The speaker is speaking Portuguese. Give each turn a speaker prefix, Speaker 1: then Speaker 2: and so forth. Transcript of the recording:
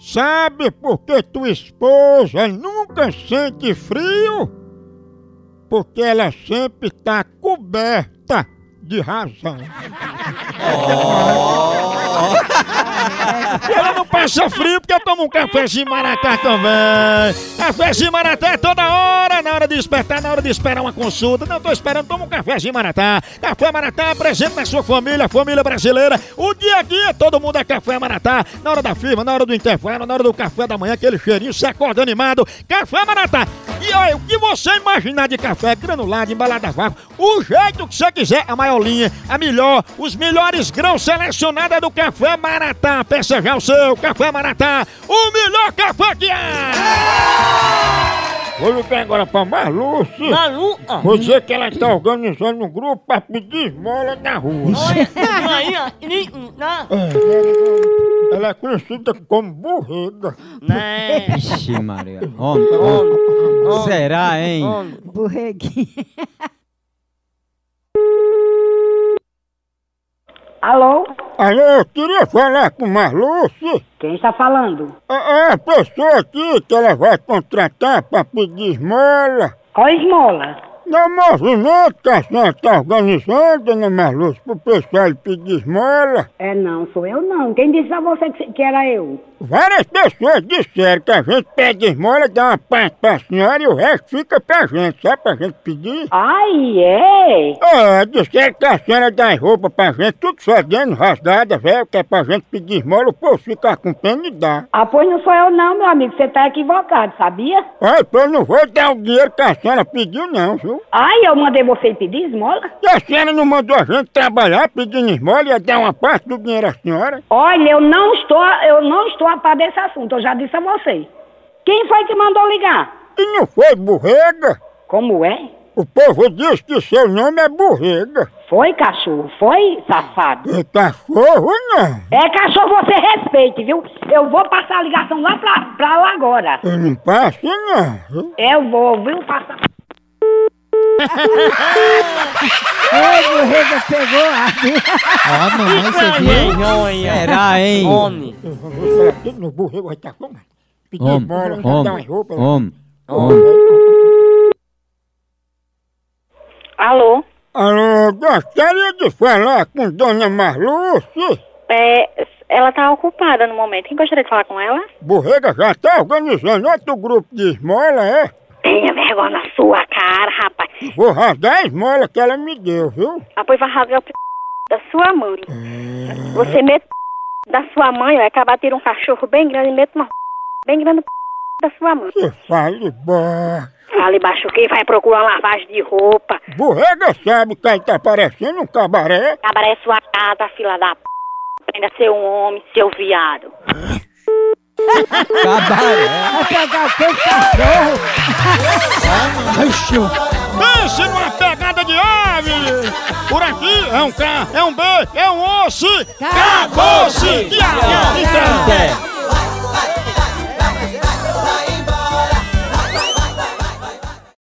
Speaker 1: sabe por que tua esposa nunca sente frio? Porque ela sempre está coberta de razão. Ela não passa frio porque eu tomo um cafezinho maratá também. Cafezinho maratá é toda hora, na hora de despertar, na hora de esperar uma consulta. Não tô esperando, toma um cafezinho maratá. Café maratá presente na sua família, família brasileira. O dia a dia, todo mundo é café maratá. Na hora da firma, na hora do intervalo, na hora do café da manhã, aquele cheirinho, se acorda animado. Café maratá. E olha, o que você imaginar de café, granulado, embalado a vácuo, o jeito que você quiser, a maior linha, a melhor, os melhores grãos selecionados é do Café Maratá. Peça já o seu Café Maratá, o melhor café que há! Vou ligar agora pra Marluce.
Speaker 2: Malu, ó.
Speaker 1: Você que ela tá organizando um grupo pra pedir esmola na rua.
Speaker 2: Olha, aí, ó. Ele, tá?
Speaker 1: Ela é conhecida como burrida.
Speaker 2: Né?
Speaker 3: Ixi, Maria. Homem, homem. Será, hein?
Speaker 4: Borreguinha. Alô?
Speaker 1: Alô, eu queria falar com Marluce.
Speaker 4: Quem está falando?
Speaker 1: É é a pessoa aqui que ela vai contratar pra pedir esmola. é
Speaker 4: Qual esmola?
Speaker 1: No movimento um que a senhora está organizando, dona Marluce, pro pessoal ir pedir esmola,
Speaker 4: É não, sou eu não. Quem disse a você que, que era eu?
Speaker 1: várias pessoas disseram que a gente pede esmola, dá uma parte pra senhora e o resto fica pra gente, só pra gente pedir.
Speaker 4: Ai, é?
Speaker 1: É, disseram que a senhora dá as roupas pra gente, tudo fedendo, rasgada, velho, que é pra gente pedir esmola, o povo fica com pena e dá.
Speaker 4: Ah, pois não sou eu não, meu amigo. Você tá equivocado, sabia?
Speaker 1: Olha, eu não vou dar o dinheiro que a senhora pediu não, viu?
Speaker 4: Ai, eu mandei você pedir esmola?
Speaker 1: E a senhora não mandou a gente trabalhar pedindo esmola e ia dar uma parte do dinheiro à senhora?
Speaker 4: Olha, eu não estou, eu não estou a par desse assunto. Eu já disse a você. Quem foi que mandou ligar?
Speaker 1: E não foi borrega?
Speaker 4: Como é?
Speaker 1: O povo diz que seu nome é borrega.
Speaker 4: Foi cachorro, foi safado.
Speaker 1: E cachorro não.
Speaker 4: É cachorro, você respeite, viu? Eu vou passar a ligação lá pra, pra lá agora.
Speaker 1: Eu não passo não, viu?
Speaker 4: Eu vou, viu? Passar.
Speaker 3: Ah, mamãe, você viu? Será, hein?
Speaker 2: Homem.
Speaker 1: Eu vou falar tudo no borrego, vai estar como? Pedir
Speaker 3: Homem,
Speaker 1: esmola, dar umas
Speaker 3: homem,
Speaker 1: roupas. né?
Speaker 3: homem, homem.
Speaker 1: Alô?
Speaker 5: Alô?
Speaker 1: Alô, gostaria de falar com Dona Marluce.
Speaker 5: É, ela tá ocupada no momento. Quem gostaria de falar com ela?
Speaker 1: Borrega já está organizando outro grupo de esmola, é?
Speaker 5: Tenha vergonha na sua cara, rapaz.
Speaker 1: Vou rasgar a esmola que ela me deu, viu?
Speaker 5: Apoio vai rasgar o p... da sua mãe. Você mete p... da sua mãe, vai acabar tendo um cachorro bem grande e mete uma p... bem grande p... da sua mãe.
Speaker 1: Que fale baixo.
Speaker 5: Fala embaixo quem vai procurar uma lavagem de roupa.
Speaker 1: Borrega sabe que aí tá parecendo um cabaré.
Speaker 5: Acabaré sua casa, fila da p... Aprenda a ser um homem, seu viado.
Speaker 3: Cabaré.
Speaker 1: Pense numa pegada de ave! Por aqui é um K, é um B, é um osso! Acabou-se!
Speaker 3: Até.